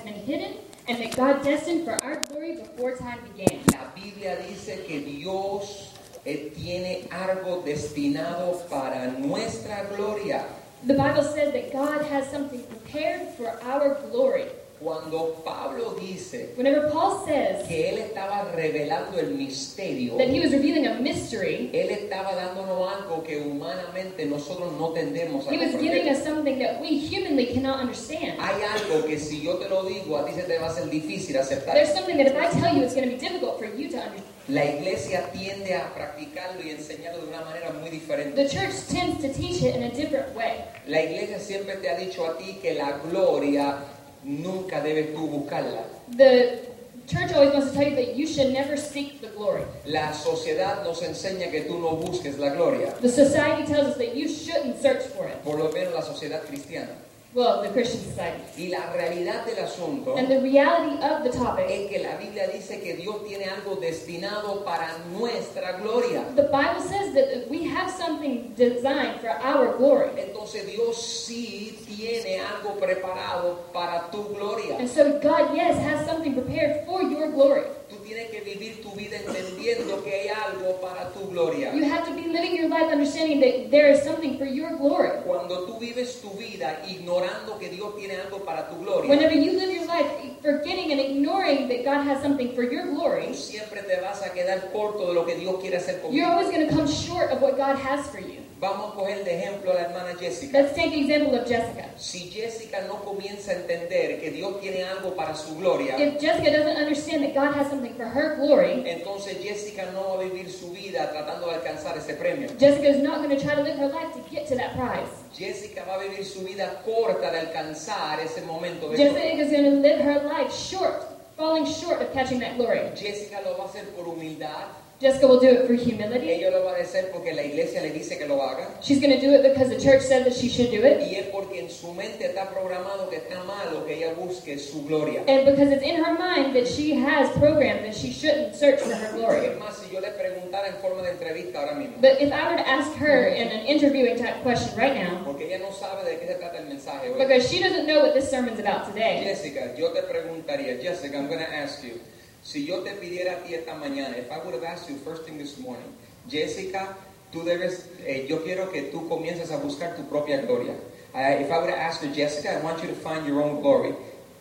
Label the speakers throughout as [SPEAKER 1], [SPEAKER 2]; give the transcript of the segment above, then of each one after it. [SPEAKER 1] hidden and that God destined for our glory before time began.
[SPEAKER 2] La Biblia dice que Dios eh, tiene algo destinado para nuestra gloria.
[SPEAKER 1] The Bible says that God has something prepared for our glory.
[SPEAKER 2] Cuando Pablo dice
[SPEAKER 1] Whenever Paul says
[SPEAKER 2] que él estaba revelando el misterio,
[SPEAKER 1] that he was revealing a mystery,
[SPEAKER 2] él estaba dándonos algo que humanamente nosotros no tendemos a
[SPEAKER 1] he was
[SPEAKER 2] comprender.
[SPEAKER 1] giving us something that we humanly cannot understand.
[SPEAKER 2] Hay algo que si yo te lo digo, a ti se te va a ser difícil aceptar.
[SPEAKER 1] There's something that if I tell you, it's going to be difficult for you to understand.
[SPEAKER 2] La iglesia tiende a practicarlo y enseñarlo de una manera muy diferente.
[SPEAKER 1] The church tends to teach it in a different way.
[SPEAKER 2] La iglesia siempre te ha dicho a ti que la gloria nunca debes tú buscarla.
[SPEAKER 1] The church always wants to tell you that you should never seek the glory.
[SPEAKER 2] La sociedad nos enseña que tú no busques la gloria,
[SPEAKER 1] The society tells us that you shouldn't search for it.
[SPEAKER 2] por lo menos la sociedad cristiana.
[SPEAKER 1] Well, the Christian society.
[SPEAKER 2] Y la realidad del asunto
[SPEAKER 1] And the reality of the topic,
[SPEAKER 2] es que la Biblia dice que Dios tiene algo destinado para nuestra gloria.
[SPEAKER 1] the Bible says that we have something designed for our glory.
[SPEAKER 2] Entonces Dios sí tiene algo preparado para tu gloria.
[SPEAKER 1] And so God, yes, has something prepared for your glory.
[SPEAKER 2] Tú tienes que vivir tu vida entendiendo que hay algo para tu gloria.
[SPEAKER 1] You have to be living your life understanding that there is something for your glory.
[SPEAKER 2] Cuando tú vives tu vida ignorando que Dios tiene algo para tu gloria,
[SPEAKER 1] Whenever you live your life forgetting and ignoring that God has something for your glory,
[SPEAKER 2] tú siempre te vas a quedar corto de lo que Dios quiere hacer
[SPEAKER 1] you're
[SPEAKER 2] contigo.
[SPEAKER 1] always going to come short of what God has for you.
[SPEAKER 2] Vamos a coger de ejemplo a la hermana Jessica.
[SPEAKER 1] Let's take the example of Jessica.
[SPEAKER 2] Si Jessica no comienza a entender que Dios tiene algo para su gloria,
[SPEAKER 1] If Jessica doesn't understand that God has something for her glory,
[SPEAKER 2] entonces Jessica no va a vivir su vida tratando de alcanzar ese premio.
[SPEAKER 1] Jessica is not going to try to live her life to get to that prize.
[SPEAKER 2] Jessica va a vivir su vida corta de alcanzar ese momento de gloria.
[SPEAKER 1] Jessica is going to live her life short, falling short of catching that glory.
[SPEAKER 2] Jessica lo va a hacer por humildad.
[SPEAKER 1] Jessica will do it for humility.
[SPEAKER 2] Ella lo va a hacer porque la iglesia le dice que lo haga.
[SPEAKER 1] She's going to do it because the church said that she should do it,
[SPEAKER 2] Y es porque en su mente está programado que está malo que ella busque su gloria.
[SPEAKER 1] and because it's in her mind that she has programmed that she shouldn't search for her
[SPEAKER 2] Es
[SPEAKER 1] glory.
[SPEAKER 2] más, si yo le preguntara en forma de entrevista ahora mismo,
[SPEAKER 1] But if I were to ask her in an interviewing type question right now,
[SPEAKER 2] porque ella no sabe de qué se trata el mensaje hoy.
[SPEAKER 1] because she doesn't know what this sermon's about today,
[SPEAKER 2] Jessica, yo te preguntaría, Jessica, I'm going to ask you, si yo te pidiera a ti esta mañana, if I would have asked you first thing this morning, Jessica, tú debes, eh, yo quiero que tú comiences a buscar tu propia gloria. Ah, if I would have asked you, Jessica, I want you to find your own glory.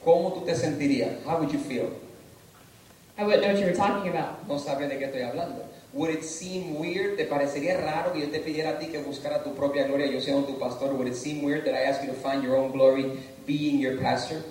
[SPEAKER 2] ¿Cómo tú te sentirías? How would you feel?
[SPEAKER 1] I wouldn't know what you were talking about.
[SPEAKER 2] No sabes de qué estoy hablando. Would it seem weird? ¿Te parecería raro que yo te pidiera a ti que buscara tu propia gloria, yo siendo tu pastor? Would it seem weird that I ask you to find your own glory being your pastor?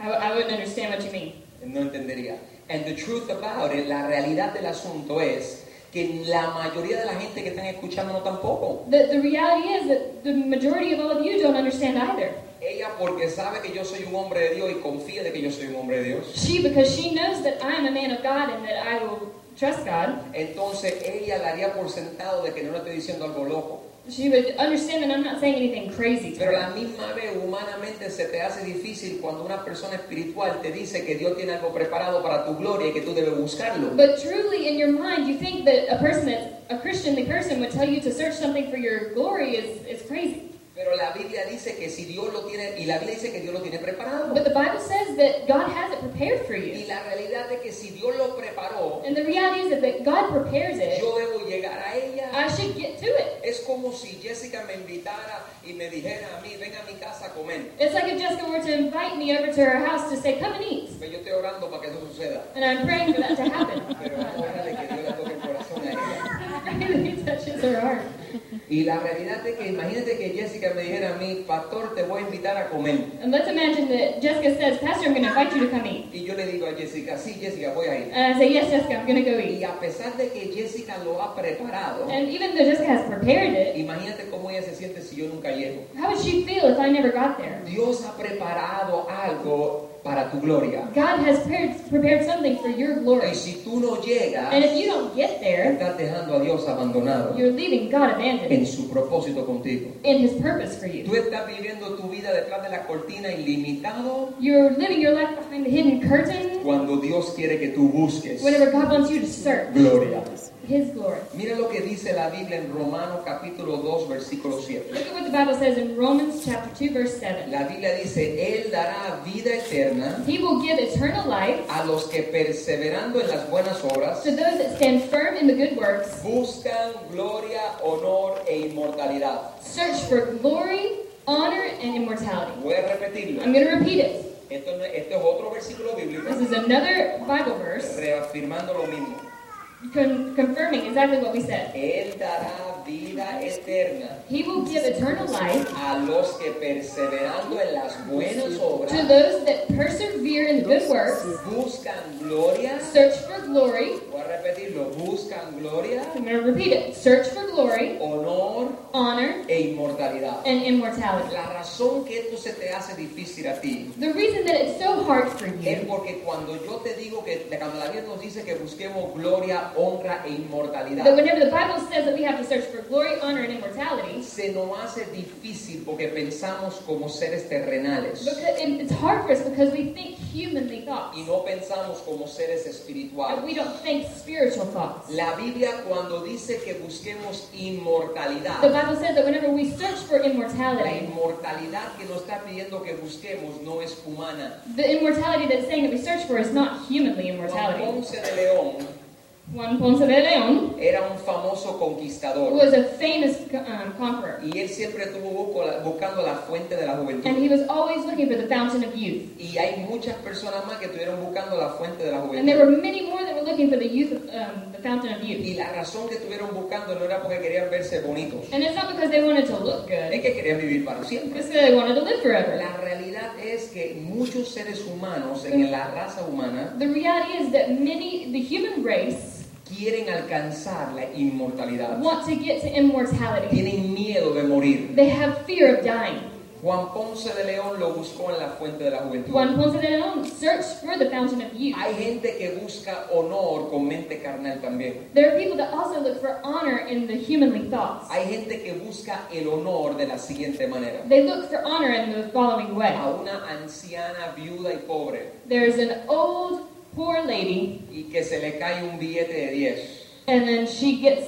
[SPEAKER 1] I, w- I wouldn't understand what you mean.
[SPEAKER 2] No entendería. And the truth about it, la realidad del asunto es que la mayoría de la gente que están escuchando no tampoco.
[SPEAKER 1] The, the reality is that the majority of all of you don't understand either.
[SPEAKER 2] Ella porque sabe que yo soy un hombre de Dios y confía de que yo soy un hombre de Dios.
[SPEAKER 1] She, because she knows that I am a man of God and that I will trust God,
[SPEAKER 2] Entonces ella la haría por sentado de que no le estoy diciendo algo loco.
[SPEAKER 1] she would understand that I'm not saying anything crazy to
[SPEAKER 2] Pero la
[SPEAKER 1] her.
[SPEAKER 2] misma vez humanamente se te hace difícil cuando una persona espiritual te dice que Dios tiene algo preparado para tu gloria y que tú debes buscarlo.
[SPEAKER 1] But truly, in your mind, you think that a person that's a Christian, the person would tell you to search something for your glory is, is crazy.
[SPEAKER 2] Pero la Biblia dice que si Dios lo tiene, y la Biblia dice que Dios lo tiene preparado.
[SPEAKER 1] But the Bible says that God has it prepared for
[SPEAKER 2] Y
[SPEAKER 1] you.
[SPEAKER 2] la realidad es que si Dios lo preparó,
[SPEAKER 1] And the reality is that- that God prepares it.
[SPEAKER 2] yo debo llegar a ella.
[SPEAKER 1] I should get to it.
[SPEAKER 2] Es como si Jessica me invitara y me dijera a mí, ven a mi casa a comer.
[SPEAKER 1] It's like if Jessica were to invite me over to her house to say, come and eat.
[SPEAKER 2] Pues Yo estoy orando para que eso suceda.
[SPEAKER 1] And I'm praying for that to happen.
[SPEAKER 2] Pero órale que Dios le toque el corazón a ella.
[SPEAKER 1] really touches her heart.
[SPEAKER 2] Y la realidad es que imagínate que Jessica me dijera a mí, pastor, te voy a invitar a comer.
[SPEAKER 1] And let's imagine that Jessica says, Pastor, I'm going to invite you to come eat.
[SPEAKER 2] Y yo le digo a Jessica, sí, Jessica, voy a ir.
[SPEAKER 1] And I say, Yes, Jessica, I'm going to go eat.
[SPEAKER 2] Y a pesar de que Jessica lo ha preparado,
[SPEAKER 1] And even though Jessica has prepared it,
[SPEAKER 2] imagínate cómo ella se siente si yo nunca llego.
[SPEAKER 1] how would she feel if I never got there?
[SPEAKER 2] Dios ha preparado algo para tu gloria.
[SPEAKER 1] God has prepared, prepared something for your glory.
[SPEAKER 2] Y si tú no llegas,
[SPEAKER 1] And if you don't get there,
[SPEAKER 2] estás dejando a Dios abandonado
[SPEAKER 1] you're leaving God abandoned
[SPEAKER 2] en su propósito contigo.
[SPEAKER 1] in His purpose for you.
[SPEAKER 2] Tú estás viviendo tu vida detrás de la cortina ilimitado
[SPEAKER 1] You're living your life behind the hidden curtain
[SPEAKER 2] cuando Dios quiere que tú busques
[SPEAKER 1] whenever God wants you to search
[SPEAKER 2] gloria.
[SPEAKER 1] His glory.
[SPEAKER 2] Mira lo que dice la Biblia en Romanos capítulo 2, versículo 7.
[SPEAKER 1] Look at what the Bible says in Romans chapter 2, verse 7.
[SPEAKER 2] La Biblia dice, Él dará vida eterna
[SPEAKER 1] He will give eternal life
[SPEAKER 2] a los que perseverando en las buenas obras
[SPEAKER 1] to those that stand firm in the good works,
[SPEAKER 2] buscan gloria, honor e inmortalidad.
[SPEAKER 1] search for glory, honor, and immortality.
[SPEAKER 2] Voy a repetirlo.
[SPEAKER 1] I'm going to repeat it.
[SPEAKER 2] Esto no- este es otro versículo bíblico
[SPEAKER 1] This is another Bible verse
[SPEAKER 2] reafirmando lo mismo.
[SPEAKER 1] con- confirming exactly what we said.
[SPEAKER 2] Él dará vida eterna
[SPEAKER 1] He will give eternal life
[SPEAKER 2] a los que perseverando en las buenas
[SPEAKER 1] to
[SPEAKER 2] obras
[SPEAKER 1] those that persevere in the good works,
[SPEAKER 2] buscan gloria.
[SPEAKER 1] search for glory.
[SPEAKER 2] Voy a repetirlo. Buscan gloria,
[SPEAKER 1] I'm going to repeat it. Search for glory,
[SPEAKER 2] honor
[SPEAKER 1] honor,
[SPEAKER 2] e inmortalidad.
[SPEAKER 1] and immortality.
[SPEAKER 2] La razón que esto se te hace difícil a ti
[SPEAKER 1] The reason that it's so hard for
[SPEAKER 2] es
[SPEAKER 1] you
[SPEAKER 2] porque cuando yo te digo que cuando la Biblia nos dice que busquemos gloria, honra
[SPEAKER 1] that
[SPEAKER 2] e inmortalidad,
[SPEAKER 1] whenever the Bible says that we have to search for glory, honor, and immortality,
[SPEAKER 2] se nos hace difícil porque pensamos como seres terrenales
[SPEAKER 1] because it- it's hard for us because we think humanly thoughts
[SPEAKER 2] y no pensamos como seres
[SPEAKER 1] and
[SPEAKER 2] espirituales.
[SPEAKER 1] we don't think spiritual thoughts.
[SPEAKER 2] La Biblia cuando dice que busquemos
[SPEAKER 1] The
[SPEAKER 2] inmortalidad,
[SPEAKER 1] Bible says that whenever we search for
[SPEAKER 2] la
[SPEAKER 1] immortality,
[SPEAKER 2] inmortalidad que nos está pidiendo que busquemos no es humana.
[SPEAKER 1] the immortality that's saying that we search for is not humanly
[SPEAKER 2] Juan
[SPEAKER 1] immortality.
[SPEAKER 2] Ponce de León
[SPEAKER 1] Juan Ponce de Leon
[SPEAKER 2] era un famoso conquistador
[SPEAKER 1] was a famous um, conqueror,
[SPEAKER 2] y él siempre estuvo buco- buscando la fuente de la
[SPEAKER 1] and he
[SPEAKER 2] juventud.
[SPEAKER 1] was always looking for the fountain of youth.
[SPEAKER 2] Y hay muchas personas más que estuvieron buscando la fuente de la
[SPEAKER 1] And there were
[SPEAKER 2] juventud.
[SPEAKER 1] many more that were looking for the youth, of, um, the fountain of youth.
[SPEAKER 2] Y la razón que estuvieron buscando no era porque querían verse bonitos,
[SPEAKER 1] And it's not because they wanted to look
[SPEAKER 2] es
[SPEAKER 1] good;
[SPEAKER 2] que querían vivir para siempre.
[SPEAKER 1] it's that they wanted to live forever.
[SPEAKER 2] La realidad es que muchos seres humanos en la raza humana
[SPEAKER 1] The reality is that many, the human race,
[SPEAKER 2] quieren alcanzar la inmortalidad.
[SPEAKER 1] want to get to immortality.
[SPEAKER 2] Tienen miedo de morir.
[SPEAKER 1] They have fear of dying.
[SPEAKER 2] Juan Ponce de León lo buscó en la fuente de la juventud.
[SPEAKER 1] Juan Ponce de Leon searched for the fountain of youth.
[SPEAKER 2] Hay gente que busca honor con mente carnal también.
[SPEAKER 1] There are people that also look for honor in the humanly thoughts.
[SPEAKER 2] Hay gente que busca el honor de la siguiente manera.
[SPEAKER 1] They look for honor in the following
[SPEAKER 2] A
[SPEAKER 1] way.
[SPEAKER 2] una anciana viuda y pobre
[SPEAKER 1] There's an old poor lady,
[SPEAKER 2] y que se le cae un billete de 10.
[SPEAKER 1] and then she gets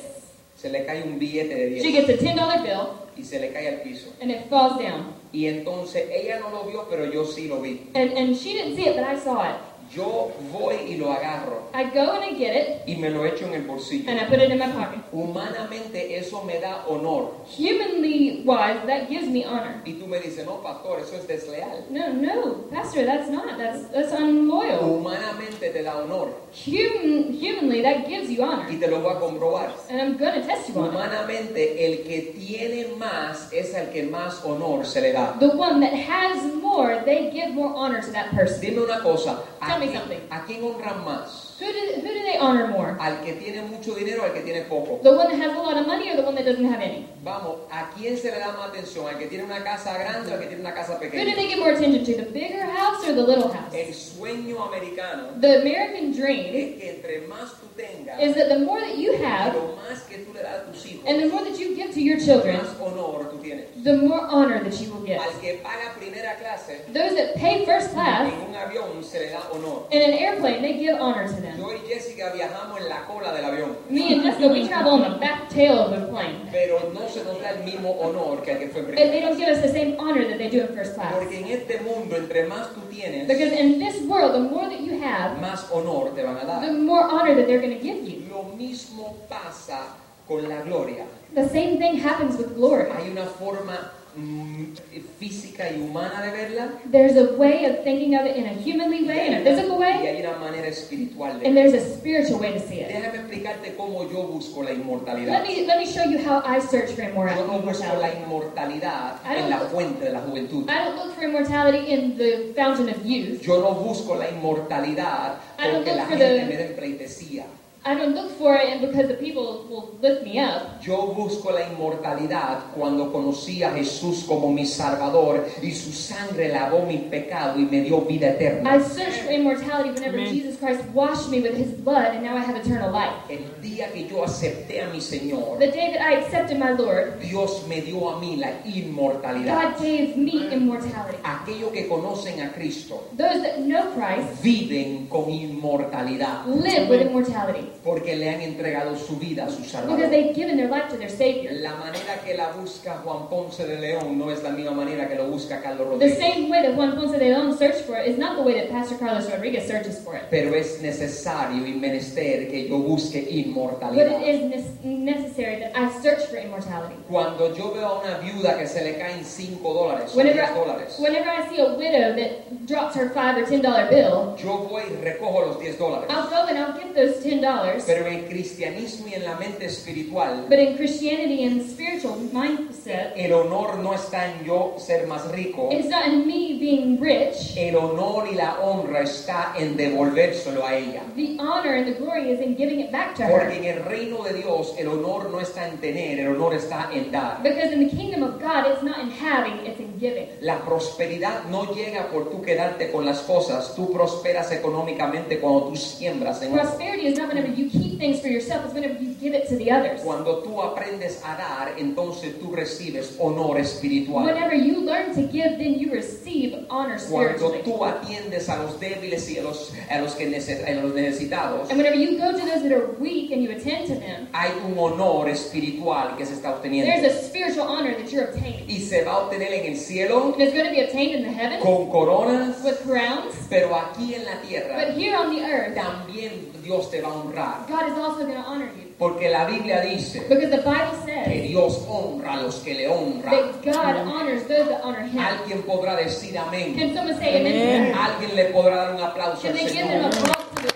[SPEAKER 2] Se le cae un billete de
[SPEAKER 1] she
[SPEAKER 2] 10
[SPEAKER 1] gets a ten dollar bill,
[SPEAKER 2] y se le cae al piso.
[SPEAKER 1] and it falls down.
[SPEAKER 2] Y entonces ella no lo vio, pero yo sí lo vi.
[SPEAKER 1] And and she didn't see it, but I saw it.
[SPEAKER 2] Yo voy y lo agarro
[SPEAKER 1] I go and I get it,
[SPEAKER 2] y me lo echo en el bolsillo.
[SPEAKER 1] and I put it in my pocket.
[SPEAKER 2] Humanamente eso me da honor.
[SPEAKER 1] Humanly wise, that gives me honor.
[SPEAKER 2] Y tú me dices, no, pastor, eso es desleal.
[SPEAKER 1] No, no, pastor, that's not. That's that's unloyal.
[SPEAKER 2] Humanamente te da honor
[SPEAKER 1] Human, humanly, that gives you
[SPEAKER 2] y
[SPEAKER 1] honor,
[SPEAKER 2] te lo voy a comprobar.
[SPEAKER 1] and I'm gonna test you on it.
[SPEAKER 2] Humanamente, el que tiene más es al que más honor se le da.
[SPEAKER 1] The one that has more, they give more honor to that person.
[SPEAKER 2] Dime una cosa, ¿a,
[SPEAKER 1] Tell me
[SPEAKER 2] quién-
[SPEAKER 1] something.
[SPEAKER 2] a quién honran más?
[SPEAKER 1] Who do, who do they honor more?
[SPEAKER 2] ¿Al que tiene mucho dinero o al que tiene poco?
[SPEAKER 1] The one that has a lot of money or the one that doesn't have any?
[SPEAKER 2] Vamos, ¿a quién se le da más atención? ¿Al que tiene una casa grande o al que tiene una casa
[SPEAKER 1] Who do
[SPEAKER 2] pequeña?
[SPEAKER 1] they give more attention to, the bigger house or the little house?
[SPEAKER 2] El sueño americano
[SPEAKER 1] The American dream
[SPEAKER 2] es que entre más tú tengas,
[SPEAKER 1] is that the more that you have
[SPEAKER 2] lo más que tú le das a tus hijos,
[SPEAKER 1] and the more that you give to your
[SPEAKER 2] más
[SPEAKER 1] children,
[SPEAKER 2] honor tú tienes.
[SPEAKER 1] the more honor that you will get.
[SPEAKER 2] Al que paga primera clase
[SPEAKER 1] Those that pay first class
[SPEAKER 2] en un avión se le da honor.
[SPEAKER 1] in an airplane, they give honor to them.
[SPEAKER 2] Yo y Jessica viajamos en la cola del avión.
[SPEAKER 1] Me and Jessica, we travel on the back tail of the plane,
[SPEAKER 2] pero no se nos da el mismo honor que al que fue
[SPEAKER 1] and they
[SPEAKER 2] primero.
[SPEAKER 1] don't give us the same honor that they do in first class.
[SPEAKER 2] Porque en este mundo, entre más tú tienes,
[SPEAKER 1] Because in this world, the more that you have,
[SPEAKER 2] más honor te van a
[SPEAKER 1] the
[SPEAKER 2] dar.
[SPEAKER 1] more honor that they're going to give you.
[SPEAKER 2] Lo mismo pasa con la gloria.
[SPEAKER 1] The same thing happens with glory.
[SPEAKER 2] Hay una forma mm, física y humana de verla
[SPEAKER 1] There's a way of thinking of it in a humanly
[SPEAKER 2] y
[SPEAKER 1] way, in
[SPEAKER 2] hay
[SPEAKER 1] a physical
[SPEAKER 2] una- y
[SPEAKER 1] way,
[SPEAKER 2] hay una manera espiritual de
[SPEAKER 1] and
[SPEAKER 2] verla.
[SPEAKER 1] there's a spiritual way to see it.
[SPEAKER 2] Déjame explicarte cómo yo busco la inmortalidad.
[SPEAKER 1] Let me let me show you how I search for immor-
[SPEAKER 2] Yo no busco la
[SPEAKER 1] immortality.
[SPEAKER 2] inmortalidad en la fuente de la juventud.
[SPEAKER 1] I don't look for immortality in the fountain of youth.
[SPEAKER 2] Yo no busco la inmortalidad
[SPEAKER 1] I don't
[SPEAKER 2] porque
[SPEAKER 1] look
[SPEAKER 2] la
[SPEAKER 1] for the-
[SPEAKER 2] gente me dé pleitesía.
[SPEAKER 1] I don't look for it because the people will lift me up.
[SPEAKER 2] Yo busco la inmortalidad cuando conocí a Jesús como mi Salvador y su sangre lavó mi pecado y me dio vida eterna.
[SPEAKER 1] I search for immortality whenever
[SPEAKER 3] Amen.
[SPEAKER 1] Jesus Christ washed me with His blood, and now I have eternal life.
[SPEAKER 2] El día que yo acepté a mi Señor,
[SPEAKER 1] The day that I accepted my Lord,
[SPEAKER 2] Dios me dio a mí la inmortalidad.
[SPEAKER 1] God gave me immortality.
[SPEAKER 2] Aquellos que conocen a Cristo
[SPEAKER 1] Those that know Christ
[SPEAKER 2] viven con inmortalidad.
[SPEAKER 1] live with immortality. Christ
[SPEAKER 2] porque le han entregado su vida a su
[SPEAKER 1] because
[SPEAKER 2] Salvador.
[SPEAKER 1] they've given their life to their Savior.
[SPEAKER 2] La manera que la busca Juan Ponce de León no es la misma manera que lo busca Carlos
[SPEAKER 1] The
[SPEAKER 2] Rodríguez,
[SPEAKER 1] same way that Juan Ponce de Leon searched for it is not the way that Pastor Carlos Rodriguez searches for it.
[SPEAKER 2] pero es necesario y menester que yo busque
[SPEAKER 1] But it
[SPEAKER 2] inmortalidad.
[SPEAKER 1] is nes- necessary that I search for immortality.
[SPEAKER 2] Cuando yo veo a una viuda que se le caen 5 dólares o 10
[SPEAKER 1] Whenever I,
[SPEAKER 2] dólares,
[SPEAKER 1] whenever I see a widow that drops her five or ten dollar bill,
[SPEAKER 2] yo voy y recojo los 10 dólares.
[SPEAKER 1] I'll go and I'll get those ten dollars.
[SPEAKER 2] Pero en el cristianismo y en la mente espiritual,
[SPEAKER 1] But in Christianity and the spiritual mindset,
[SPEAKER 2] el honor no está en yo ser más rico,
[SPEAKER 1] it's not in me being rich.
[SPEAKER 2] el honor y la honra está en devolvérselo a ella.
[SPEAKER 1] The honor and the glory is in giving it back to
[SPEAKER 2] Porque
[SPEAKER 1] her.
[SPEAKER 2] en el reino de Dios el honor no está en tener, el honor está en dar.
[SPEAKER 1] Because in the kingdom of God, it's not in having, it's in giving.
[SPEAKER 2] La prosperidad no llega por tú quedarte con las cosas, tú prosperas económicamente cuando tú siembras en otro.
[SPEAKER 1] Prosperity is not whenever you keep things for yourself, it's whenever you give it to the others.
[SPEAKER 2] Cuando tú aprendes a dar, entonces tú recibes honor espiritual.
[SPEAKER 1] Whenever you learn to give, then you receive honor
[SPEAKER 2] Cuando
[SPEAKER 1] spiritually.
[SPEAKER 2] tú atiendes a los débiles y a los, a los, que nece- a los necesitados,
[SPEAKER 1] And whenever you go to those that are weak and you attend to them,
[SPEAKER 2] hay un honor espiritual que se está
[SPEAKER 1] there's
[SPEAKER 2] obteniendo.
[SPEAKER 1] a spiritual honor that you're obtaining.
[SPEAKER 2] Y se va a obtener en el cielo
[SPEAKER 1] And it's going to be obtained in the heavens
[SPEAKER 2] con coronas,
[SPEAKER 1] with crowns,
[SPEAKER 2] pero aquí en la
[SPEAKER 1] but
[SPEAKER 2] tierra
[SPEAKER 1] here on the earth,
[SPEAKER 2] también Dios te va a honrar.
[SPEAKER 1] God is also going to honor you.
[SPEAKER 2] Porque la Biblia dice
[SPEAKER 1] Because the Bible
[SPEAKER 2] que
[SPEAKER 1] says
[SPEAKER 2] Dios honra a los que le honran.
[SPEAKER 1] that God honors those that honor Him.
[SPEAKER 2] Alguien podrá decir amén.
[SPEAKER 1] Can someone say amen?
[SPEAKER 2] Alguien le podrá dar un aplauso
[SPEAKER 1] Can
[SPEAKER 2] al
[SPEAKER 1] they give
[SPEAKER 2] Señor.
[SPEAKER 1] them a applause to the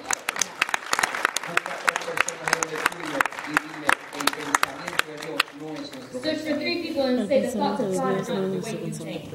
[SPEAKER 2] Busca a tres personas donde tuyo y dile, el pensamiento de Dios no es nuestro
[SPEAKER 1] Search for
[SPEAKER 2] pensamiento.
[SPEAKER 1] three people and say the thoughts of God is not the way you think.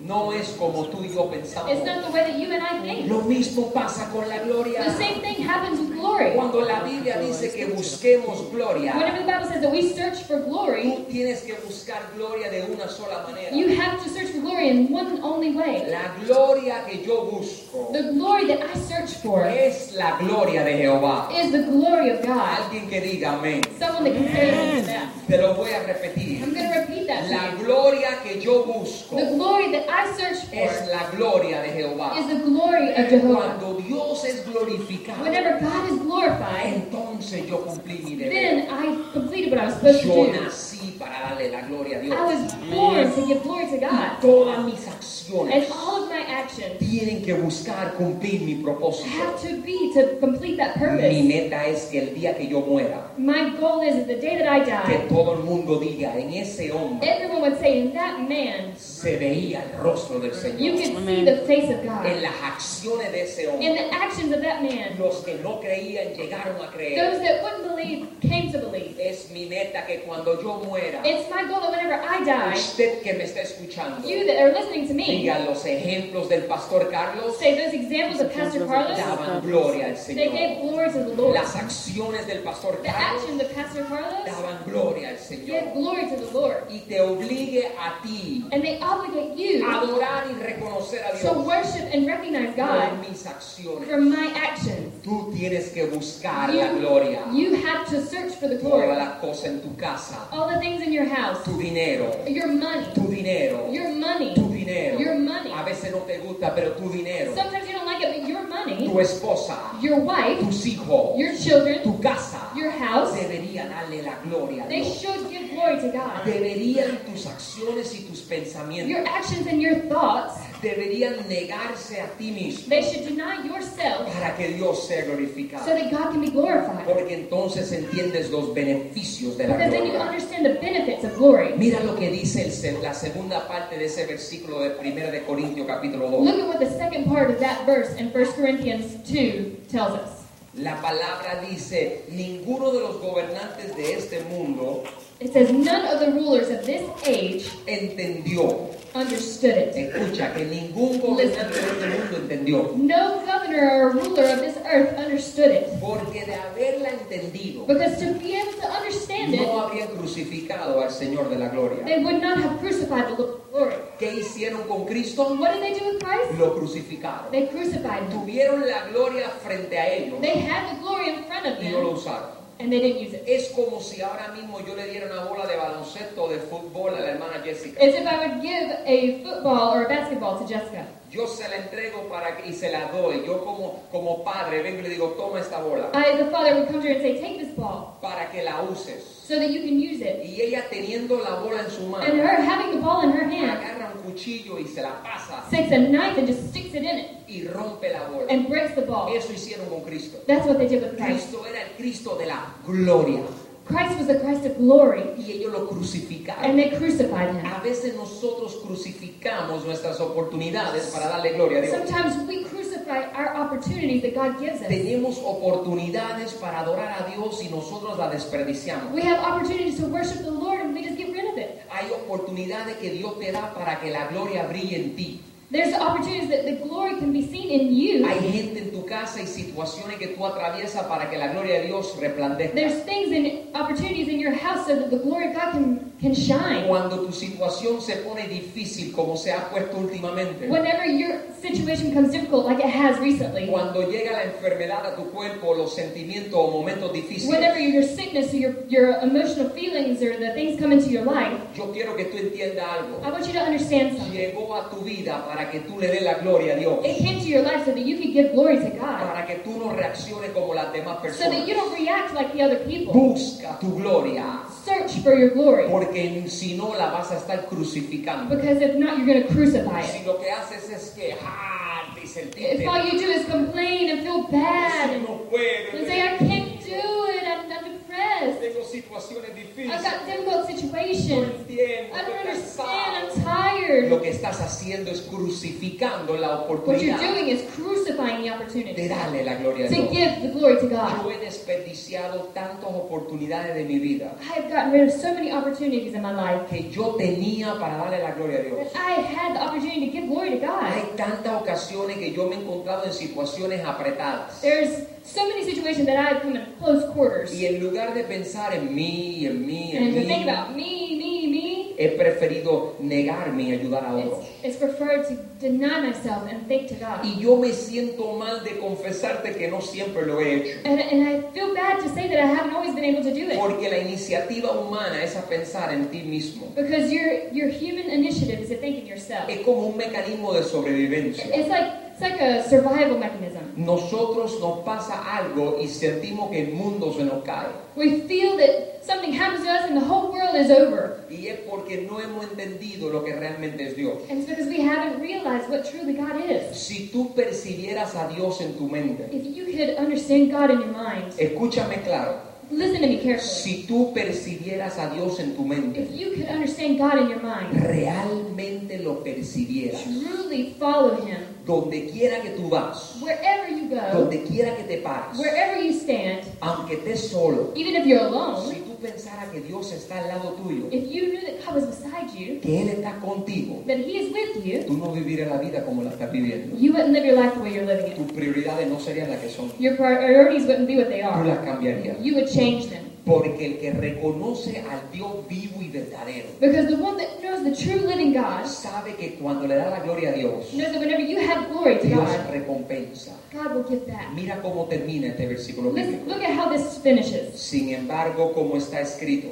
[SPEAKER 2] No es como tú y yo
[SPEAKER 1] It's
[SPEAKER 2] pensamos.
[SPEAKER 1] not the way that you and I think.
[SPEAKER 2] Lo mismo pasa con la gloria.
[SPEAKER 1] The same thing happens with glory.
[SPEAKER 2] Cuando la Biblia dice que busquemos gloria,
[SPEAKER 1] Whenever the Bible says that we search for glory,
[SPEAKER 2] tú tienes que buscar gloria de una sola manera.
[SPEAKER 1] you have to search for glory in one and only way.
[SPEAKER 2] La gloria que yo busco
[SPEAKER 1] The glory that I search for
[SPEAKER 2] es la gloria de Jehová.
[SPEAKER 1] is the glory of God.
[SPEAKER 2] Alguien que diga amén.
[SPEAKER 1] Someone that can say amen to that.
[SPEAKER 2] Te lo voy a
[SPEAKER 1] I'm
[SPEAKER 2] repetir.
[SPEAKER 1] going to repeat that
[SPEAKER 2] La
[SPEAKER 1] to you.
[SPEAKER 2] gloria que yo busco
[SPEAKER 1] The glory that I search
[SPEAKER 2] es
[SPEAKER 1] for
[SPEAKER 2] la gloria de Jehová.
[SPEAKER 1] is the glory of Jehovah.
[SPEAKER 2] Cuando Dios es glorificado,
[SPEAKER 1] Whenever God is glorified,
[SPEAKER 2] entonces yo cumplí mi deber.
[SPEAKER 1] then I completed what I was supposed to
[SPEAKER 2] Yo
[SPEAKER 1] do.
[SPEAKER 2] nací para darle la gloria a
[SPEAKER 1] I
[SPEAKER 2] Dios.
[SPEAKER 1] was born to give glory to God.
[SPEAKER 2] Todas mis acciones
[SPEAKER 1] And all of my actions
[SPEAKER 2] tienen que buscar cumplir mi propósito.
[SPEAKER 1] have to be to complete that
[SPEAKER 2] Mi
[SPEAKER 1] purpose.
[SPEAKER 2] meta es que el día que yo muera,
[SPEAKER 1] My goal is that the day that I
[SPEAKER 2] que
[SPEAKER 1] die,
[SPEAKER 2] todo el mundo diga, en ese hombre
[SPEAKER 1] everyone would say, In that man,
[SPEAKER 2] se veía el rostro del
[SPEAKER 1] you
[SPEAKER 2] Señor.
[SPEAKER 1] could see the face of
[SPEAKER 2] En
[SPEAKER 1] God.
[SPEAKER 2] las acciones de ese
[SPEAKER 1] In
[SPEAKER 2] hombre,
[SPEAKER 1] the actions of that man,
[SPEAKER 2] los que no creían llegaron a creer.
[SPEAKER 1] those that wouldn't believe came to believe.
[SPEAKER 2] Es mi meta que cuando yo muera,
[SPEAKER 1] It's my goal that whenever I die,
[SPEAKER 2] usted que me está escuchando,
[SPEAKER 1] you that are listening to me,
[SPEAKER 2] diga los ejemplos del pastor Carlos
[SPEAKER 1] say those examples of Pastor Carlos,
[SPEAKER 2] daban gloria al
[SPEAKER 1] they gave
[SPEAKER 2] Señor.
[SPEAKER 1] glory to the Lord.
[SPEAKER 2] Las acciones del pastor
[SPEAKER 1] The
[SPEAKER 2] Carlos
[SPEAKER 1] actions of Pastor Carlos
[SPEAKER 2] daban gloria al
[SPEAKER 1] give
[SPEAKER 2] Señor.
[SPEAKER 1] glory to the Lord.
[SPEAKER 2] Y te obligue a ti
[SPEAKER 1] And they obligate
[SPEAKER 2] a
[SPEAKER 1] you
[SPEAKER 2] adorar y reconocer a
[SPEAKER 1] to
[SPEAKER 2] Dios
[SPEAKER 1] worship and recognize
[SPEAKER 2] con
[SPEAKER 1] God
[SPEAKER 2] mis acciones.
[SPEAKER 1] from my actions.
[SPEAKER 2] Tú tienes que buscar la gloria.
[SPEAKER 1] You, you have to search for the
[SPEAKER 2] Todas
[SPEAKER 1] glory.
[SPEAKER 2] las cosas en tu casa,
[SPEAKER 1] All the things in your house,
[SPEAKER 2] tu dinero,
[SPEAKER 1] your money,
[SPEAKER 2] tu dinero,
[SPEAKER 1] your money.
[SPEAKER 2] tu dinero.
[SPEAKER 1] Your money.
[SPEAKER 2] A veces no te gusta, pero tu dinero,
[SPEAKER 1] Sometimes you don't like it, but your money,
[SPEAKER 2] tu esposa,
[SPEAKER 1] your wife,
[SPEAKER 2] tus hijos,
[SPEAKER 1] your children,
[SPEAKER 2] tu casa,
[SPEAKER 1] your house,
[SPEAKER 2] debería darle la gloria a
[SPEAKER 1] they
[SPEAKER 2] Dios.
[SPEAKER 1] should give glory to God.
[SPEAKER 2] Deberían tus acciones y tus
[SPEAKER 1] Your
[SPEAKER 2] pensamientos,
[SPEAKER 1] actions and your thoughts,
[SPEAKER 2] deberían negarse a ti mismo
[SPEAKER 1] they should deny yourself
[SPEAKER 2] para que Dios sea
[SPEAKER 1] so
[SPEAKER 2] glorificado.
[SPEAKER 1] that God can be glorified.
[SPEAKER 2] Porque entonces entiendes los beneficios de la
[SPEAKER 1] Because then you
[SPEAKER 2] gloria.
[SPEAKER 1] understand the benefits of glory.
[SPEAKER 2] Mira lo que dice el se- la segunda parte de ese versículo de 1 de Corintios capítulo 2.
[SPEAKER 1] Look at what the second part of that verse in 1 Corinthians 2 tells us.
[SPEAKER 2] La palabra dice, ninguno de los gobernantes de este mundo
[SPEAKER 1] It says, None of the rulers of this age
[SPEAKER 2] entendió.
[SPEAKER 1] understood it.
[SPEAKER 2] Escucha, que ningún gobernante de este mundo entendió.
[SPEAKER 1] No governor or ruler of this earth understood it.
[SPEAKER 2] Porque de haberla entendido,
[SPEAKER 1] Because to be able to understand
[SPEAKER 2] no
[SPEAKER 1] it,
[SPEAKER 2] habrían crucificado al Señor de la gloria.
[SPEAKER 1] they would not have crucified the Lord of glory.
[SPEAKER 2] ¿Qué hicieron con Cristo?
[SPEAKER 1] What did they do with Christ?
[SPEAKER 2] Lo crucificaron.
[SPEAKER 1] They crucified him.
[SPEAKER 2] Tuvieron la gloria frente a ellos
[SPEAKER 1] They had the glory in front of
[SPEAKER 2] y no lo
[SPEAKER 1] them,
[SPEAKER 2] usaron.
[SPEAKER 1] and they didn't use it.
[SPEAKER 2] Es como si ahora mismo yo le diera una bola de baloncesto o de fútbol a la hermana Jessica.
[SPEAKER 1] It's if I would give a football or a basketball to Jessica.
[SPEAKER 2] Yo se la entrego para que, y se la doy. Yo como, como padre vengo y le digo, toma esta bola
[SPEAKER 1] I, as a father, would come to her and say, Take this ball
[SPEAKER 2] para que la uses.
[SPEAKER 1] so that you can use it.
[SPEAKER 2] Y ella teniendo la bola en su
[SPEAKER 1] And
[SPEAKER 2] mano,
[SPEAKER 1] her having the ball in her hand
[SPEAKER 2] agarra un cuchillo y se la pasa
[SPEAKER 1] takes a knife and just sticks it in it
[SPEAKER 2] y rompe la bola.
[SPEAKER 1] and breaks the ball.
[SPEAKER 2] Eso hicieron con Cristo.
[SPEAKER 1] That's what they did with Christ.
[SPEAKER 2] Cristo era el Cristo de la gloria
[SPEAKER 1] Christ was the Christ of glory,
[SPEAKER 2] y ellos lo crucificaron.
[SPEAKER 1] and they crucified him.
[SPEAKER 2] A veces nosotros crucificamos nuestras oportunidades para darle gloria a Dios.
[SPEAKER 1] Sometimes we crucify our opportunities that God gives us.
[SPEAKER 2] Tenemos oportunidades para adorar a Dios y nosotros las desperdiciamos.
[SPEAKER 1] We have opportunities to worship the Lord and we just get rid of it.
[SPEAKER 2] Hay oportunidades que Dios te da para que la gloria brille en ti.
[SPEAKER 1] There's opportunities that the glory can be seen in you.
[SPEAKER 2] Hay gente en tu casa y situaciones que tú atraviesas para que la gloria de Dios resplandezca.
[SPEAKER 1] There's things and opportunities in your house so that the glory of God can, can shine.
[SPEAKER 2] Cuando tu situación se pone difícil como se ha puesto últimamente,
[SPEAKER 1] Whenever your situation becomes difficult, like it has recently,
[SPEAKER 2] cuando llega la enfermedad a tu cuerpo, los sentimientos o momentos difíciles,
[SPEAKER 1] whenever your sickness or your, your emotional feelings or the things come into your life,
[SPEAKER 2] yo quiero que tú entiendas algo.
[SPEAKER 1] I want you to understand something.
[SPEAKER 2] Llegó a tu vida para que tú le des la gloria a Dios.
[SPEAKER 1] It came to your life so that you could give glory to God,
[SPEAKER 2] para que tú no reacciones como las demás
[SPEAKER 1] so that
[SPEAKER 2] personas.
[SPEAKER 1] you don't react like the other people.
[SPEAKER 2] Busca tu gloria,
[SPEAKER 1] Search for your glory,
[SPEAKER 2] porque si no la vas a estar crucificando.
[SPEAKER 1] because if not, you're going to crucify it.
[SPEAKER 2] Si lo que ah, haces es quejarte y sentirte,
[SPEAKER 1] If all you do is complain and feel
[SPEAKER 2] "Eso
[SPEAKER 1] bad
[SPEAKER 2] no
[SPEAKER 1] and
[SPEAKER 2] puedo,
[SPEAKER 1] say, I can't do it, I'm, I'm depressed,
[SPEAKER 2] tengo situaciones difíciles,
[SPEAKER 1] I've got difficult
[SPEAKER 2] no
[SPEAKER 1] situations,
[SPEAKER 2] entiendo,
[SPEAKER 1] I don't
[SPEAKER 2] estoy
[SPEAKER 1] understand,
[SPEAKER 2] cansado".
[SPEAKER 1] I'm tired.
[SPEAKER 2] Lo que estás haciendo es crucificando la
[SPEAKER 1] What you're
[SPEAKER 2] oportunidad
[SPEAKER 1] doing is crucifying the opportunity
[SPEAKER 2] de darle la gloria a
[SPEAKER 1] to
[SPEAKER 2] Dios.
[SPEAKER 1] give the glory to
[SPEAKER 2] Yo
[SPEAKER 1] God.
[SPEAKER 2] he desperdiciado tantas oportunidades de mi vida
[SPEAKER 1] I have gotten rid of so many opportunities in my life
[SPEAKER 2] que yo tenía para darle la gloria a Dios.
[SPEAKER 1] that I had the opportunity to give glory to God.
[SPEAKER 2] Hay tantas ocasiones que yo me he encontrado en situaciones apretadas.
[SPEAKER 1] There's so many situations that I've come in close quarters,
[SPEAKER 2] Y en lugar de pensar en mí, en mí, en
[SPEAKER 1] and to think
[SPEAKER 2] mí,
[SPEAKER 1] about me, me, me,
[SPEAKER 2] he preferido negarme y ayudar a
[SPEAKER 1] it's,
[SPEAKER 2] otros.
[SPEAKER 1] it's preferred to deny myself and think to God.
[SPEAKER 2] Y yo me siento mal de confesarte que no siempre lo he hecho.
[SPEAKER 1] And, and I feel bad to say that I haven't always been able to do it
[SPEAKER 2] Porque la iniciativa humana es a pensar en ti mismo.
[SPEAKER 1] because your your human initiative is to think in yourself.
[SPEAKER 2] Es como un mecanismo de sobrevivencia.
[SPEAKER 1] It's like it's like a survival mechanism.
[SPEAKER 2] Nosotros nos pasa algo y sentimos que el mundo se nos cae.
[SPEAKER 1] We feel that something happens to us and the whole world is over.
[SPEAKER 2] Y es porque no hemos entendido lo que realmente es Dios.
[SPEAKER 1] And it's because we haven't realized what truly God is.
[SPEAKER 2] Si tú percibieras a Dios en tu mente,
[SPEAKER 1] If you could understand God in your mind,
[SPEAKER 2] escúchame claro,
[SPEAKER 1] listen to me carefully.
[SPEAKER 2] si tú percibieras a Dios en tu
[SPEAKER 1] If
[SPEAKER 2] mente,
[SPEAKER 1] you could understand God in your mind,
[SPEAKER 2] realmente lo percibieras,
[SPEAKER 1] truly follow Him
[SPEAKER 2] donde quiera que tú vas,
[SPEAKER 1] wherever you go,
[SPEAKER 2] donde quiera que te pares,
[SPEAKER 1] wherever you stand,
[SPEAKER 2] aunque estés solo,
[SPEAKER 1] even if you're
[SPEAKER 2] si
[SPEAKER 1] alone.
[SPEAKER 2] tú pensaras que Dios está al lado tuyo,
[SPEAKER 1] If you knew that God was beside you,
[SPEAKER 2] que Él está contigo,
[SPEAKER 1] that He is with you,
[SPEAKER 2] tú no vivirás la vida como la estás viviendo.
[SPEAKER 1] you wouldn't live your life the way you're living it.
[SPEAKER 2] Tus prioridades no serían las que son,
[SPEAKER 1] Your priorities wouldn't be what they
[SPEAKER 2] tú
[SPEAKER 1] are.
[SPEAKER 2] las cambiarías.
[SPEAKER 1] You would change them.
[SPEAKER 2] Porque el que reconoce al Dios vivo y verdadero,
[SPEAKER 1] Because the one that knows the true living God knows
[SPEAKER 2] sabe que cuando le da la gloria a Dios,
[SPEAKER 1] that whenever you have glory to
[SPEAKER 2] Dios
[SPEAKER 1] God,
[SPEAKER 2] recompensa.
[SPEAKER 1] God will give back.
[SPEAKER 2] Mira cómo termina este versículo
[SPEAKER 1] Listen,
[SPEAKER 2] bíblico.
[SPEAKER 1] look at how this finishes.
[SPEAKER 2] Sin embargo, como está escrito,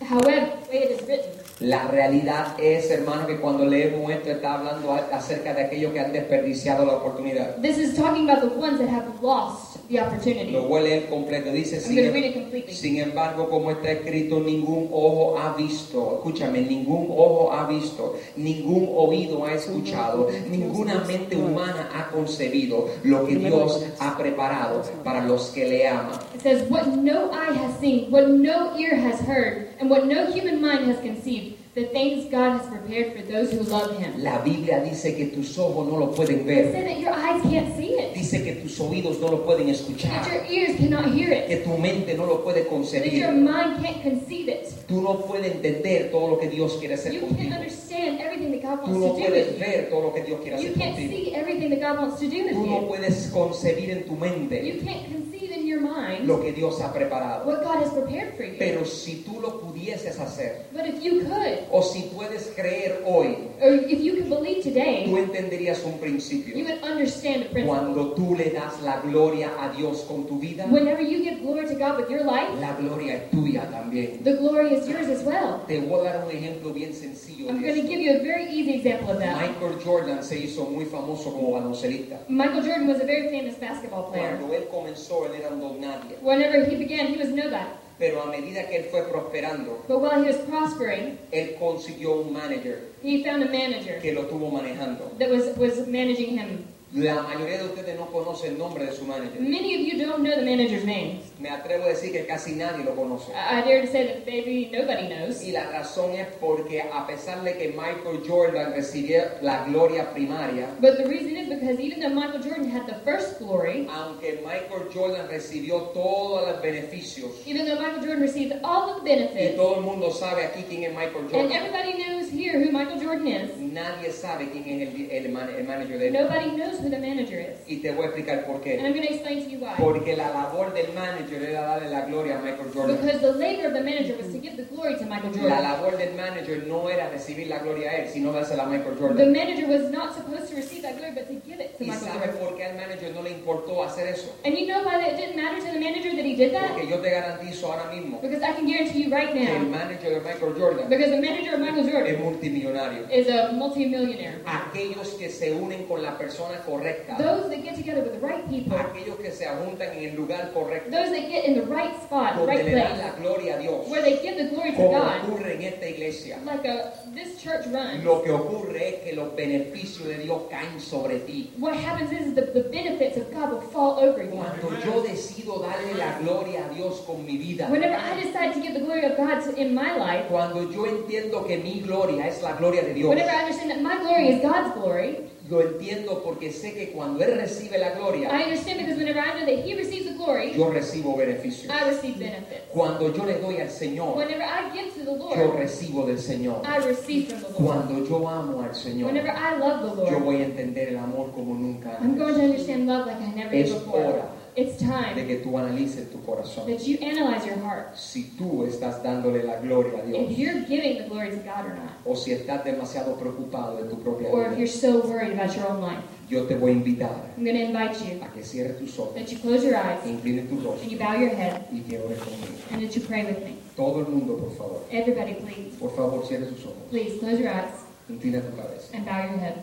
[SPEAKER 1] However, the way it is written.
[SPEAKER 2] la realidad es, hermano, que cuando leemos esto está hablando a- acerca de aquellos que han desperdiciado la oportunidad.
[SPEAKER 1] This is talking about the ones that have lost the opportunity.
[SPEAKER 2] Lo voy a leer completo. Dice,
[SPEAKER 1] I'm
[SPEAKER 2] sin, em-".
[SPEAKER 1] going to read it completely.
[SPEAKER 2] sin embargo, como está escrito, ningún ojo ha visto, escúchame, ningún ojo ha visto, ningún oído ha escuchado, ninguna mente humana ha concebido lo que Dios ha preparado para los que le aman.
[SPEAKER 1] It says, What no eye has seen, what no ear has heard, and what no human mind has conceived, the things God has prepared for those who love Him.
[SPEAKER 2] La Biblia dice que tus ojos no lo pueden
[SPEAKER 1] It
[SPEAKER 2] ver,
[SPEAKER 1] said that your eyes can't see it,
[SPEAKER 2] dice que tus oídos no lo pueden
[SPEAKER 1] that your
[SPEAKER 2] escuchar,
[SPEAKER 1] ears cannot hear it,
[SPEAKER 2] que tu mente no lo puede
[SPEAKER 1] that your
[SPEAKER 2] concebir.
[SPEAKER 1] mind can't conceive it.
[SPEAKER 2] Tú no puedes entender todo lo que Dios quiere hacer
[SPEAKER 1] You can't
[SPEAKER 2] contigo.
[SPEAKER 1] understand everything that God
[SPEAKER 2] Tú no
[SPEAKER 1] wants to do
[SPEAKER 2] puedes
[SPEAKER 1] with you.
[SPEAKER 2] ver todo lo que Dios quiere
[SPEAKER 1] You
[SPEAKER 2] hacer
[SPEAKER 1] can't
[SPEAKER 2] contigo.
[SPEAKER 1] see everything that God wants to do with
[SPEAKER 2] Tú no
[SPEAKER 1] you.
[SPEAKER 2] puedes concebir en tu mente
[SPEAKER 1] You can't conceive in your your mind
[SPEAKER 2] lo que Dios ha preparado.
[SPEAKER 1] what God has prepared for you.
[SPEAKER 2] Pero si tú lo pudieses hacer,
[SPEAKER 1] But if you could,
[SPEAKER 2] o si puedes creer hoy,
[SPEAKER 1] or if you could believe today,
[SPEAKER 2] tú entenderías un
[SPEAKER 1] you
[SPEAKER 2] principio.
[SPEAKER 1] would understand the principle.
[SPEAKER 2] Cuando tú le das la gloria a Dios con tu vida,
[SPEAKER 1] Whenever you give glory to God with your life,
[SPEAKER 2] la gloria es tuya también.
[SPEAKER 1] the glory is yours as well.
[SPEAKER 2] Te voy a dar un ejemplo bien sencillo.
[SPEAKER 1] I'm
[SPEAKER 2] de
[SPEAKER 1] going
[SPEAKER 2] esto.
[SPEAKER 1] to give you a very easy example of that.
[SPEAKER 2] Michael Jordan se hizo muy famoso como baloncelista.
[SPEAKER 1] Michael Jordan was a very famous basketball player.
[SPEAKER 2] Cuando él comenzó, él era un don nadie.
[SPEAKER 1] Whenever he began, he was nobody.
[SPEAKER 2] Pero a medida que él fue prosperando,
[SPEAKER 1] But while he was prospering,
[SPEAKER 2] él consiguió un manager
[SPEAKER 1] he found a manager
[SPEAKER 2] que lo tuvo manejando.
[SPEAKER 1] that was, was managing him.
[SPEAKER 2] La mayoría de ustedes no conoce el nombre de su manager.
[SPEAKER 1] Many of you don't know the manager's name.
[SPEAKER 2] Me atrevo a decir que casi nadie lo conoce.
[SPEAKER 1] I I dare to say that maybe nobody knows.
[SPEAKER 2] Y la razón es porque a pesar de que Michael Jordan recibía la gloria primaria,
[SPEAKER 1] But the reason is because even though Michael Jordan had the first glory,
[SPEAKER 2] aunque Michael Jordan recibió todos los beneficios,
[SPEAKER 1] even though Michael Jordan received all of the
[SPEAKER 2] y
[SPEAKER 1] benefits,
[SPEAKER 2] todo el mundo sabe aquí quién es Michael
[SPEAKER 1] and
[SPEAKER 2] Jordan,
[SPEAKER 1] everybody knows here who Michael Jordan is,
[SPEAKER 2] nadie sabe quién es el, el man- el manager de él.
[SPEAKER 1] nobody knows who the manager is.
[SPEAKER 2] Y te voy a explicar por
[SPEAKER 1] And
[SPEAKER 2] qué.
[SPEAKER 1] I'm going to explain to you why.
[SPEAKER 2] Porque la labor del manager era darle la gloria a Michael Jordan.
[SPEAKER 1] Because the labor of the manager was to give the glory to Michael
[SPEAKER 2] La
[SPEAKER 1] Jordan.
[SPEAKER 2] labor del manager no era recibir la gloria a él, sino dársela a Michael
[SPEAKER 1] The
[SPEAKER 2] Jordan.
[SPEAKER 1] manager was not supposed to receive that glory, but to give it to
[SPEAKER 2] ¿Y
[SPEAKER 1] Michael
[SPEAKER 2] sabes
[SPEAKER 1] Jordan.
[SPEAKER 2] por qué al manager no le importó hacer eso?
[SPEAKER 1] And you know why that didn't matter to the manager that he did that?
[SPEAKER 2] Porque yo te garantizo ahora mismo
[SPEAKER 1] Because I can guarantee you right
[SPEAKER 2] que el
[SPEAKER 1] now,
[SPEAKER 2] manager de Michael Jordan
[SPEAKER 1] because the manager of Michael
[SPEAKER 2] es
[SPEAKER 1] Jordan
[SPEAKER 2] multimillonario.
[SPEAKER 1] is a multimillionaire.
[SPEAKER 2] Aquellos que se unen con la persona correcta,
[SPEAKER 1] Those that get together with the right people,
[SPEAKER 2] aquellos que se juntan en el lugar correcto,
[SPEAKER 1] those that get in the right spot,
[SPEAKER 2] donde
[SPEAKER 1] right
[SPEAKER 2] le dan la
[SPEAKER 1] place,
[SPEAKER 2] gloria a Dios,
[SPEAKER 1] where they give the glory to
[SPEAKER 2] como
[SPEAKER 1] God,
[SPEAKER 2] ocurre en esta iglesia.
[SPEAKER 1] like a this church runs.
[SPEAKER 2] Lo que ocurre es que los beneficios de Dios caen sobre ti.
[SPEAKER 1] What happens is the, the benefits of God will fall over you.
[SPEAKER 2] Cuando yo decido darle la gloria a Dios con mi vida,
[SPEAKER 1] Whenever I decide to give the glory of God to, in my life,
[SPEAKER 2] Cuando yo entiendo que mi gloria es la gloria de Dios,
[SPEAKER 1] whenever I understand that my glory is God's glory,
[SPEAKER 2] lo entiendo porque sé que cuando Él recibe la gloria,
[SPEAKER 1] I understand because whenever I know that He receives the glory,
[SPEAKER 2] yo recibo beneficio.
[SPEAKER 1] I receive benefits.
[SPEAKER 2] Cuando yo le doy al Señor,
[SPEAKER 1] Whenever I give to the
[SPEAKER 2] yo
[SPEAKER 1] Lord,
[SPEAKER 2] recibo del Señor.
[SPEAKER 1] I receive from the Lord.
[SPEAKER 2] Cuando yo amo al Señor,
[SPEAKER 1] Whenever I love the
[SPEAKER 2] yo
[SPEAKER 1] Lord,
[SPEAKER 2] voy a entender el amor como nunca
[SPEAKER 1] I'm going to
[SPEAKER 2] antes.
[SPEAKER 1] understand love like I never did
[SPEAKER 2] Es hora.
[SPEAKER 1] before. It's
[SPEAKER 2] De
[SPEAKER 1] time
[SPEAKER 2] que tú analices tu corazón.
[SPEAKER 1] that you analyze your heart.
[SPEAKER 2] Si tú estás dándole la gloria a
[SPEAKER 1] If
[SPEAKER 2] Dios
[SPEAKER 1] you're giving the glory to God or not,
[SPEAKER 2] o si estás demasiado preocupado de tu propia
[SPEAKER 1] or if you're
[SPEAKER 2] vida,
[SPEAKER 1] so worried about your own life,
[SPEAKER 2] yo te voy a invitar
[SPEAKER 1] I'm going to invite you
[SPEAKER 2] a que cierres tus ojos,
[SPEAKER 1] that you close your eyes
[SPEAKER 2] incline tu
[SPEAKER 1] and
[SPEAKER 2] rostro
[SPEAKER 1] you bow your head
[SPEAKER 2] y que ores conmigo.
[SPEAKER 1] and that you pray with me.
[SPEAKER 2] Todo el mundo, por favor.
[SPEAKER 1] Everybody, please.
[SPEAKER 2] Por favor, cierre sus ojos,
[SPEAKER 1] Please close your eyes
[SPEAKER 2] inclina tu cabeza
[SPEAKER 1] and bow your head.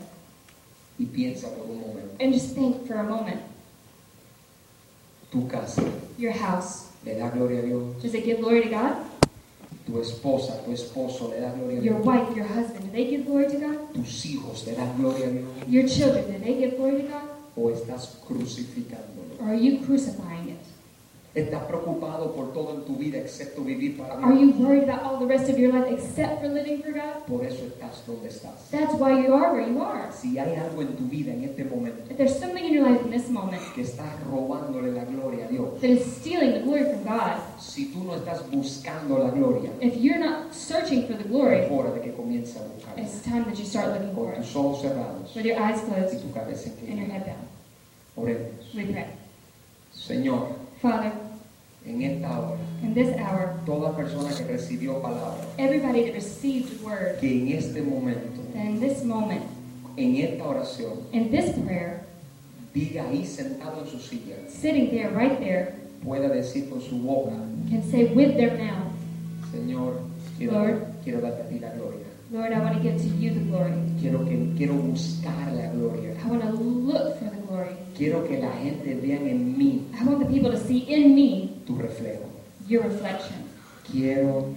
[SPEAKER 2] y piensa por un momento.
[SPEAKER 1] And just think for a moment.
[SPEAKER 2] Tu casa
[SPEAKER 1] Your house.
[SPEAKER 2] le da gloria a Dios,
[SPEAKER 1] Does it give glory to God?
[SPEAKER 2] tu esposa, tu esposo le da gloria a
[SPEAKER 1] Your
[SPEAKER 2] Dios,
[SPEAKER 1] wife, your husband, do they give glory to God?
[SPEAKER 2] tus hijos le dan gloria a Dios,
[SPEAKER 1] Your children, do they give glory to God?
[SPEAKER 2] o estás crucificándolo.
[SPEAKER 1] Or are you crucifying it?
[SPEAKER 2] Estás preocupado por todo en tu vida excepto vivir para
[SPEAKER 1] Are
[SPEAKER 2] Dios.
[SPEAKER 1] you worried about all the rest of your life except for living for God?
[SPEAKER 2] Por eso estás donde estás.
[SPEAKER 1] That's why you are where you are.
[SPEAKER 2] Si hay algo en tu vida en este momento
[SPEAKER 1] If there's something in your life in this moment
[SPEAKER 2] que estás robándole la gloria a Dios,
[SPEAKER 1] that is stealing the glory from God,
[SPEAKER 2] si tú no estás buscando la gloria,
[SPEAKER 1] if you're not searching for the
[SPEAKER 2] es
[SPEAKER 1] glory,
[SPEAKER 2] hora de que comiences a buscarla.
[SPEAKER 1] it's time that you start looking for
[SPEAKER 2] Con
[SPEAKER 1] it.
[SPEAKER 2] tus ojos cerrados
[SPEAKER 1] With your eyes
[SPEAKER 2] y
[SPEAKER 1] closed
[SPEAKER 2] tu cabeza
[SPEAKER 1] and your
[SPEAKER 2] inclinada.
[SPEAKER 1] head down,
[SPEAKER 2] Oremos.
[SPEAKER 1] we pray.
[SPEAKER 2] Señor,
[SPEAKER 1] Father,
[SPEAKER 2] en esta hora,
[SPEAKER 1] in this hour,
[SPEAKER 2] toda persona que recibió palabra,
[SPEAKER 1] everybody that received the word,
[SPEAKER 2] que en este momento,
[SPEAKER 1] that in this moment,
[SPEAKER 2] en esta oración,
[SPEAKER 1] in this prayer,
[SPEAKER 2] diga ahí sentado en su silla,
[SPEAKER 1] sitting there, right there,
[SPEAKER 2] pueda decir con su boca,
[SPEAKER 1] can say with their mouth,
[SPEAKER 2] Señor, quiero,
[SPEAKER 1] Lord.
[SPEAKER 2] quiero darte a ti la gloria.
[SPEAKER 1] Lord, I want to give to you the glory.
[SPEAKER 2] Quiero, que, quiero buscar la gloria.
[SPEAKER 1] I want to look for the glory.
[SPEAKER 2] Quiero que la gente vea en mí
[SPEAKER 1] I want the people to see in me
[SPEAKER 2] tu reflejo.
[SPEAKER 1] your reflection.
[SPEAKER 2] Quiero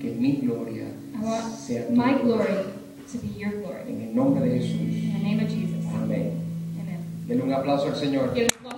[SPEAKER 2] que mi gloria
[SPEAKER 1] I
[SPEAKER 2] sea
[SPEAKER 1] want
[SPEAKER 2] tu
[SPEAKER 1] my glory to be your glory.
[SPEAKER 2] En el nombre de
[SPEAKER 1] In
[SPEAKER 2] Jesús.
[SPEAKER 1] the name of Jesus.
[SPEAKER 2] Amén.
[SPEAKER 1] Amen.
[SPEAKER 2] Denle un aplauso al Señor.
[SPEAKER 1] Give it a applause.